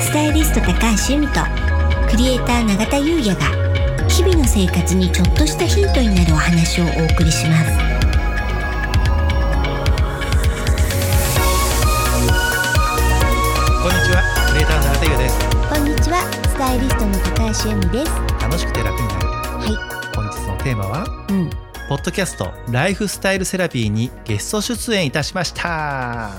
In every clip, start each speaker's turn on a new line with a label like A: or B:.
A: スタイリスト高橋由美とクリエイター永田優也が日々の生活にちょっとしたヒントになるお話をお送りします
B: こんにちは、クリエイターの永田優です。
A: こんにちはスタイリストの高橋由美です
B: 楽しくて楽になる。
A: は
B: 本日のテーマは、
A: い、うん、
B: ポッドキャストライフスタイルセラピーにゲスト出演いたしました。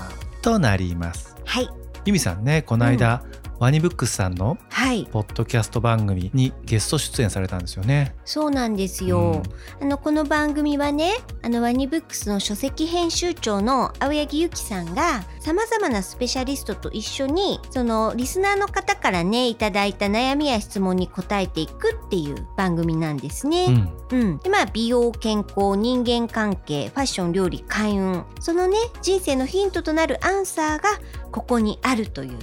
B: となります。
A: はい
B: ゆみさんね、この間、ワニブックスさんの
A: はい
B: ポッドキャスト番組にゲスト出演されたんですよね。
A: そうなんです
B: うん
A: よ、あのこの番組はねあのワニブックスの書籍編集長の青柳ゆきさんがさまざまなスペシャリストと一緒にそのリスナーの方からねいただいた悩みや質問に答えていくっていう番組なんです
B: う
A: ね。
B: ん、
A: うんでまあ美容健康人間関係ファッション料理開運そのね人生のヒントとなるアンサーがここにあるという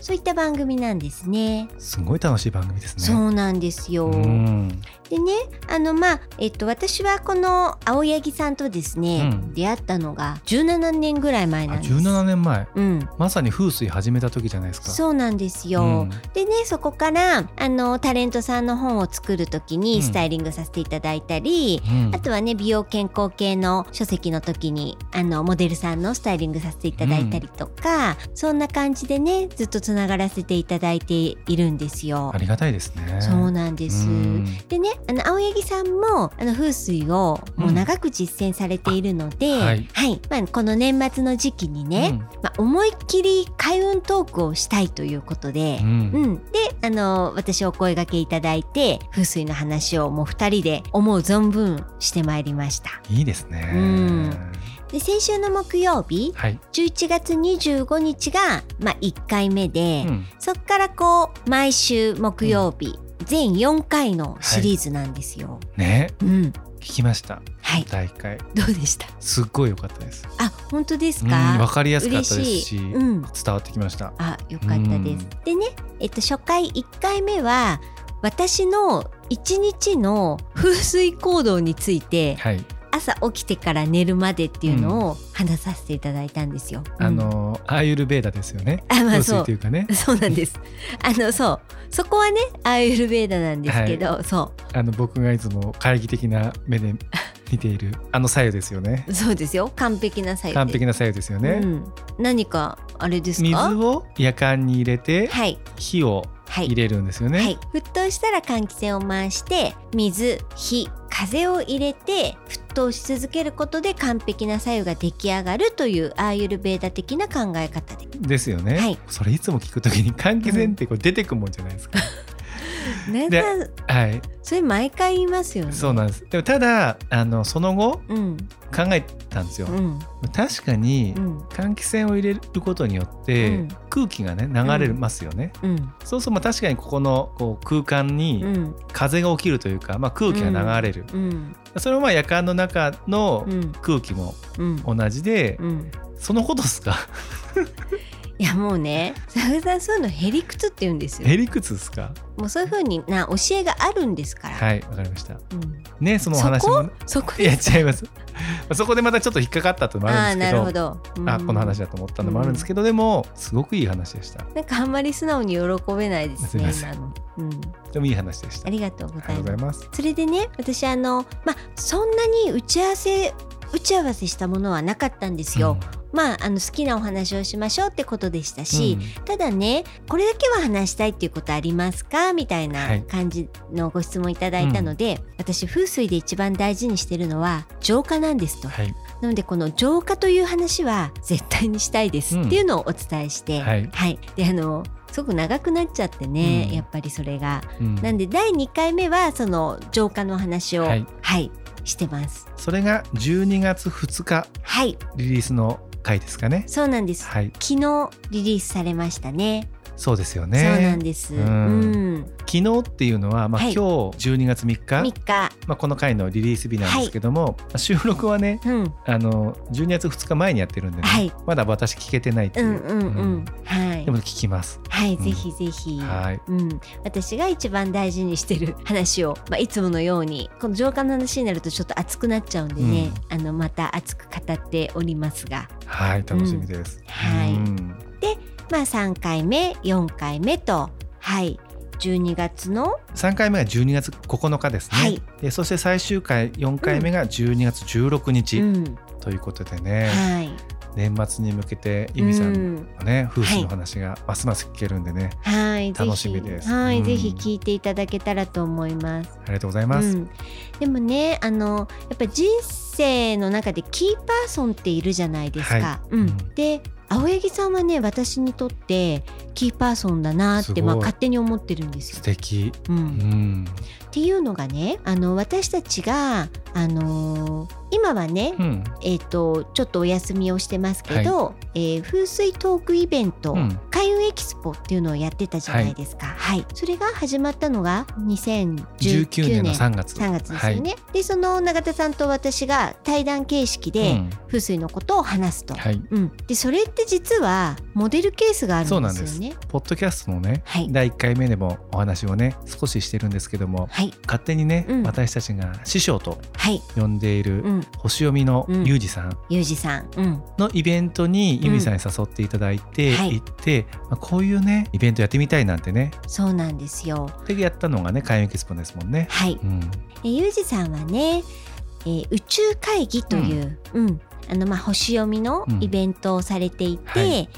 A: そういった番組なんですね。
B: すごい楽しい番組ですね。
A: そうなんですよ。
B: うん、
A: でねあのまあ、えっと、私はこの青柳さんとですね、
B: うん
A: 出会ったのが17年ぐらい前
B: あ
A: なんです。
B: 17年前
A: うん、
B: まさに風水始めた時じゃないですか
A: そうなんですよ、
B: うん
A: でねそこからあのタレントさんの本を作る時
B: う
A: に
B: ん
A: スタイリングさせていただいたり、
B: うん
A: あとはね美容健康系の書籍の時にあのモデルさんのスタイリングさせていただいたりとか、そんな感じでねずっとつながらせていただいているんですよ
B: あ。りがたいですね
A: そうなんです、
B: うん
A: でね、あの青柳さんもあの風水をもう長く実践されているので、
B: うん
A: は
B: はいい、
A: まあこの年末の時期にね、まあ思いっきり開運トークをしたいということで
B: う、ん
A: うん、で、あの私お声掛けいただいて風水の話をもう二人で思う存分してまいりました。
B: いいですね、
A: うんで、先週の木曜日、
B: はい、
A: 11月25日がまあ1回目で、
B: うん
A: そっからこう毎週木曜日、全4回のシリーズなんですよ。
B: ね
A: うん、
B: 聞きました
A: はい、
B: 第一回
A: どうでした。
B: すっごい良かったです
A: あ、本当です
B: うんわ
A: か。
B: かりやすか
A: 嬉
B: ったですし
A: しい。うん、
B: 伝わってきました
A: あ、よかったです
B: うん。
A: でね、えっと初回一回目は私の一日の風水行動について
B: はい、
A: 朝起きてから寝るまでっていうのを話させていただいたんですよ。
B: あ
A: うん、
B: のアーユルベーダですよね
A: あ、まあ
B: 風
A: そ
B: 水
A: う
B: と。いうかね
A: そうなんです。あのそう、そこはね、アーユルベーダなんですけど、そう。
B: あの僕がいつも懐疑的な目で見ているあの左右ですよね
A: そうですよ完璧な作用
B: 完璧な左右ですよね、
A: うん、何かあれです
B: 水
A: か
B: を夜間に入れて
A: はい
B: 火を
A: はい
B: 入れるんですよね、
A: はい、沸騰したら換気扇を回して水火風を入れて沸騰し続けることで完璧な作用が出来上がるというアーユルベーダ的な考え方で
B: ですよね、
A: はい
B: それいつも聞くときに換気扇ってこう出てくもんじゃないですか、
A: なん
B: で
A: か
B: はい
A: それ毎回言いますよね
B: そうなんですでもただあのその後
A: うん
B: 考えたんですよ、
A: うん
B: 確かに
A: うん
B: 換気扇を入れることによって、
A: うん
B: 空気がね流れますよね、
A: うん
B: そうそうまあ確かにここのこう空間
A: う
B: に
A: ん
B: 風が起きるというか、まあ、空気が流れる、
A: うん
B: それもまあ夜間の中の
A: うん
B: 空気も
A: うん
B: 同じで、
A: うん
B: そのことっすか
A: いやもうね佐々木さんそういうのへりくつって言うんですよ
B: へりくつっすか
A: もうそういうふうにな教えがあるんですから、
B: はいわかりました
A: うん、
B: ねそのお話もね
A: そこ
B: い
A: で
B: や
A: す
B: 違いますそこでまたちょっと引っかかったというのもあ
A: あ
B: る
A: あ
B: ん
A: ーなる
B: ですけど
A: ほど、うん
B: あこの話だと思ったのもあるんですけど、でもすごくいい話でした
A: なんかあんまり素直に喜べないですね
B: すいません
A: 今の、うん、
B: でもいい話でした
A: ありがとうご
B: あ
A: ざ
B: り
A: い
B: がとうご
A: ま
B: ざ
A: す
B: います
A: それでね私あのまあそんなに打ち合わせ打ち合わせしたものはなかったんですよ、まああの好きなお話をしましょうってことでした
B: うん
A: し、ただねこれだけは話したいっていうことありますかみたい
B: は
A: ない感じのご質問いただいたので、私風水で一番大事にしてるのは浄化なんですと、
B: はい
A: なのでこの浄化という話は絶対にしたいです
B: う
A: っ
B: ん
A: ていうのをお伝えして、
B: はい
A: であのすごく長くなっちゃってね、
B: うん
A: やっぱりそれが。
B: うん
A: なんで第2回目はその浄化の話をは
B: はいい、
A: してます。
B: それが12月2日
A: はい
B: リリースの回ですかね
A: そうなんです。
B: はい
A: 昨日リリースされましたね。
B: そうですよ
A: そうなん
B: ね
A: です。う
B: うんん、昨日っていうのは、まあ
A: はい
B: 今日12月3日、
A: 3日、
B: まあ、この回のリリース日なんですけども、まあ収録はね
A: うん、
B: あの12月2日前にやってるんでね、
A: はい
B: まだ私聞けてないって
A: う
B: い
A: ん
B: う、
A: うんう
B: うん
A: ん、はい
B: でも聞きます
A: はい、
B: うん
A: ぜひぜひ。
B: はい
A: うん、私が一番大事にしてる話を、まあ、いつものようにこの浄化の話になるとちょっと熱くなっちゃうんでね、あのまた熱く語っておりますが
B: はい楽しみです、
A: はい
B: うん
A: でまあ3回目4回目とはい12月の
B: 3回目が12月9日ですね、
A: はい
B: でそして最終回4回目が12月16日
A: うん
B: ということでね、
A: はい
B: 年末に向けて由美さん
A: う
B: の
A: ん
B: ね、夫婦の話がますます聞けるんでね、
A: はい
B: 楽しみです
A: ぜひはい、
B: うん
A: ぜひ聞いていただけたらと思います
B: ありがとうございます、
A: うん、でもねあのやっぱり人生の中でキーパーソンっているじゃないですか。
B: は
A: う
B: うん
A: ん、で青柳さんはね私にとってキーパーソンだなっ
B: すご
A: て
B: い
A: まあ勝手に思ってるんです
B: 素
A: よ。
B: 敵
A: う、
B: うん
A: っ
B: ん
A: ていうのがねあの私たちが、あのー今はね、
B: うん
A: えー、とちょっとお休みをしてますけど、えー風水トークイベント、
B: うん
A: 開運エキスポっていうのをやってたじゃないですか、はいそれが始まったのが2019
B: 19年
A: 年
B: の3月
A: 3月ですよね、でその永田さんと私が対談形式
B: はい、う
A: で
B: ん
A: 風水のことを話すと、
B: はい、
A: うん、でそれって実はモデルケースがある
B: そうん
A: で
B: なんですす
A: よね。
B: ポッドキャストのね、
A: はい
B: 第1回目でもお話をね少ししてるんですけども
A: はい
B: 勝手にね、
A: うん
B: 私たちが師匠と
A: はい、
B: 呼んでいる
A: うん、
B: 星読みの
A: うん
B: リュウジさん
A: ゆうじさん、うん、
B: のイベントに由美さんに誘っていただいて、
A: うんはい
B: 行って、まあ、こういうねイベントやってみたいなんてね
A: そうなんですよ。
B: でやったのがね開運エキスポですもんね。
A: はい、
B: うん、
A: えゆうじさんはね、えー宇宙会議という、うん、あのまあ星読みのイベントをされていて、
B: うんはい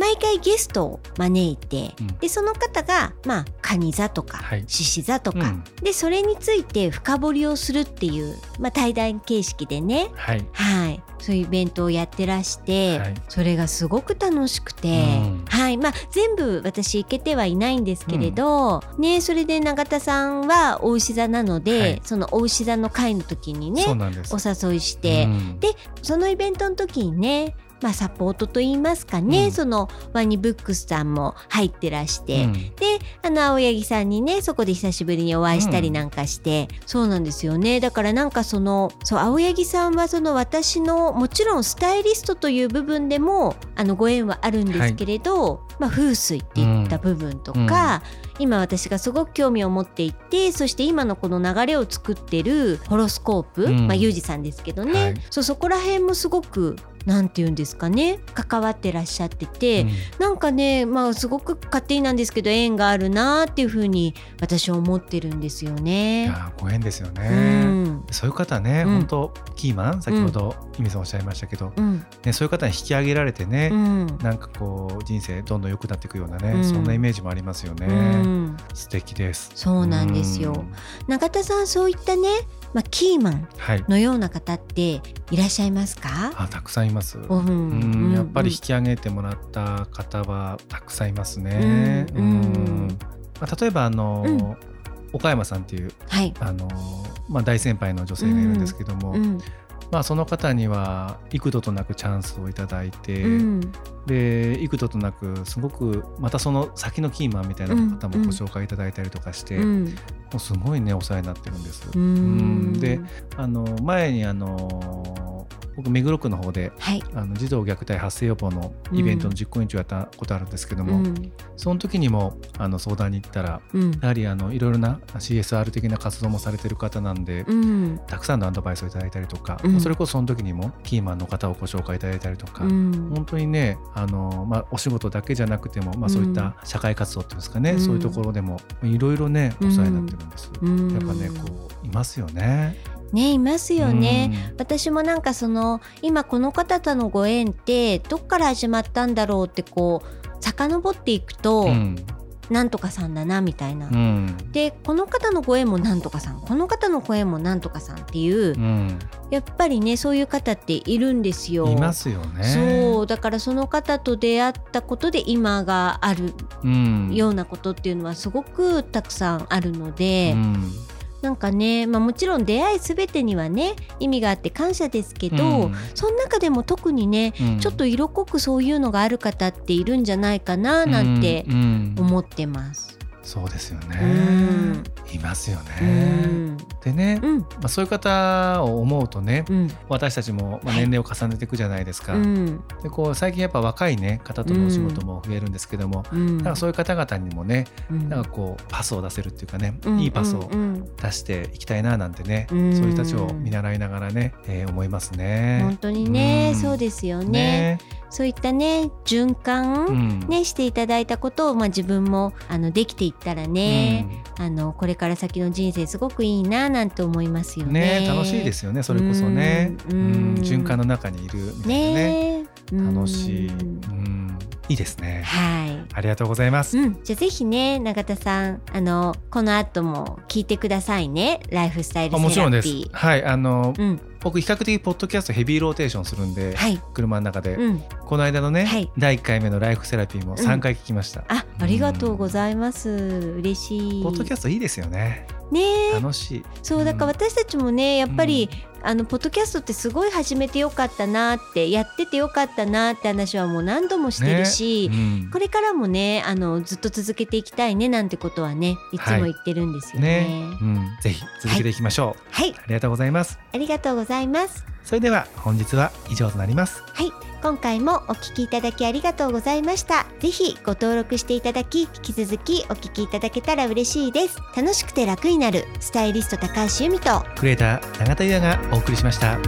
A: 毎回ゲストを招いて、
B: うん
A: でその方がまあ蟹座とか
B: はい
A: 獅子座とか、
B: うん
A: でそれについて深掘りをするっていう、まあ、対談形式でね
B: はい、
A: はいそういうイベントをやってらして、
B: はい
A: それがすごく楽しくて、
B: うん
A: はいまあ、全部私行けてはいないんですけれど、ねそれで永田さんはお牛座なので、
B: はい
A: そのお牛座の会の時にね
B: そうなんです。
A: お誘いして、
B: うん
A: でそのイベントの時にねまあ、サポートといいますかね、
B: うん
A: そのワニブックスさんも入ってらして、
B: うん
A: であの青柳さんにねそこで久しぶりにお会いしたりなんかして、そうなんですよねだからなんかそのそう青柳さんはその私のもちろんスタイリストという部分でもあのご縁はあるんですけれど、まあ、風水っていった部分とか、今私がすごく興味を持っていてそして今のこの流れを作ってるホロスコープ、
B: うん
A: まあ、ユージさんですけどね、
B: はい
A: そうそこら辺もすごくなんて言うんですかね関わってらっしゃってて。
B: うん
A: なんかね、まあ、すごく勝手になんですけど縁があるなっていうふうに私は思ってるんですよ
B: い
A: ね。
B: やーご縁ですよ
A: う
B: ね。
A: ん
B: そういう方ね、
A: うん
B: 本当キーマン先ほど由美さんおっしゃいましたけど、
A: うん
B: ね、そういう方に引き上げられてね、
A: うん
B: なんかこう人生どんどん良くなっていくようなね、
A: うん
B: そんなイメージもありますよね。
A: うん
B: 素敵です。
A: そうなんですよ
B: うん
A: 永田さんそういったね、まあ、キーマン
B: はい。
A: のような方っていらっしゃいますか、
B: あ、たくさんいます。
A: う
B: うんん、やっぱり引
A: う
B: き上げてもらった方はたくさんいますね。
A: う
B: うんん。
A: うん
B: まあ、例えばあの、
A: うん
B: 岡山さんっていうん
A: はい、
B: あのまあ大先輩の女性がいるんですけども、
A: うん
B: まあその方には幾度となくチャンスをいただいて、
A: うん
B: で幾度となくすごくまたその先のキーマンみたいな方もご紹介いただいたりとかして、
A: う
B: も
A: ん
B: うすごいねお世話になってるんです。
A: うん
B: であの前にあの僕目黒区の方で
A: はい、
B: あの児童虐待発生予防のイベントの実行委員長をやったことあるんですけども、
A: うん
B: その時にもあの相談に行ったら
A: うん
B: やはりあのいろいろな CSR 的な活動もされてる方なんで、
A: うん
B: たくさんのアドバイスをいただいたりとか、
A: うん
B: それこそその時にもキーマンの方をご紹介いただいたりとか、
A: うん
B: 本当にねあの、まあ、お仕事だけじゃなくても、まあ、そういった社会活動っていうんですかね、
A: うん
B: そういうところでもいろいろねお世話になってるんです。
A: うん
B: やっぱねこういますよね。
A: ねいますよね。
B: うん
A: 私もなんかその今この方とのご縁ってどっから始まったんだろうってこう遡っていくと、
B: うん
A: なんとかさんだなみたいな。
B: うん
A: でこの方のご縁もなんとかさんこの方のご縁もなんとかさんっていう、
B: うん
A: やっぱりねそういう方っているんですよ。
B: いますよね。
A: そうだからその方と出会ったことで今がある
B: うん
A: ようなことっていうのはすごくたくさんあるので、
B: うん
A: なんかね、まあ、もちろん出会いすべてにはね意味があって感謝ですけど、
B: うん
A: その中でも特にね
B: うん
A: ちょっと色濃くそういうのがある方っているんじゃないかななんて
B: うんうん
A: 思ってます。
B: そうですよ
A: う
B: ね
A: ん。
B: いますよ
A: う
B: ね。
A: ん
B: でね、
A: うん
B: まあ、そういう方を思うとね、
A: うん
B: 私たちもまあ
A: はい
B: 年齢を重ねていくじゃないですか、
A: うん
B: でこう最近やっぱ若い、ね、方とのお仕事も増えるんですけども、
A: うん
B: なんかそういう方々にもね
A: うん
B: なんかこうパスを出せるっていうかね、
A: うん
B: いいパスを
A: うん
B: 出していきたいななんてね、
A: うん
B: そういう人たちを見習いながらね、えー思いますね。
A: 本当にね
B: うん
A: そうですよね
B: ね
A: そういったね循
B: う
A: 環、
B: ん
A: ね、していただいたことを、まあ、自分もあのできていったらね、あのこれから先の人生すごくいいななんて思いますよ
B: うん
A: ね。
B: ね楽しいですよねそれこそね
A: う
B: うん
A: うん
B: ん循環の中にいるみたいなね
A: ねうん
B: 楽しいうんいいですね
A: はい
B: ありがとうございます
A: うん、じゃあぜひね永田さんあのこの後も聞いてくださいねライフスタイル
B: あ
A: セラピー
B: もちろんですはいあの
A: うん
B: 僕比較的ポッドキャストヘビーローテーションするんで
A: はい、
B: 車の中で
A: うん、
B: この間のね、
A: はい
B: 第1回目のライフセラピーも3回聞きました、
A: あありがとうございます嬉しい
B: ポッドキャストいいですよね
A: ねえ
B: 楽しい
A: そうだから私たちもねやっぱり、あのポッドキャストってすごい始めてよかったなってやっててよかったなって話はもう何度もしてるし、
B: うん
A: これからもねあのずっと続けていきたいねなんてことはねいつも言ってるんですよね。
B: ね、うん、ぜひ続けていきましょう、
A: はい、
B: ありがとうございます
A: ありがとうございます。
B: それでは本日は以上となります
A: はい、今回もお聞きいただきありがとうございました。ぜひご登録していただき、引き続きお聞きいただけたら嬉しいです。楽しくて楽になるスタイリスト高橋由美と
B: クリエイター永田優也がお送りしました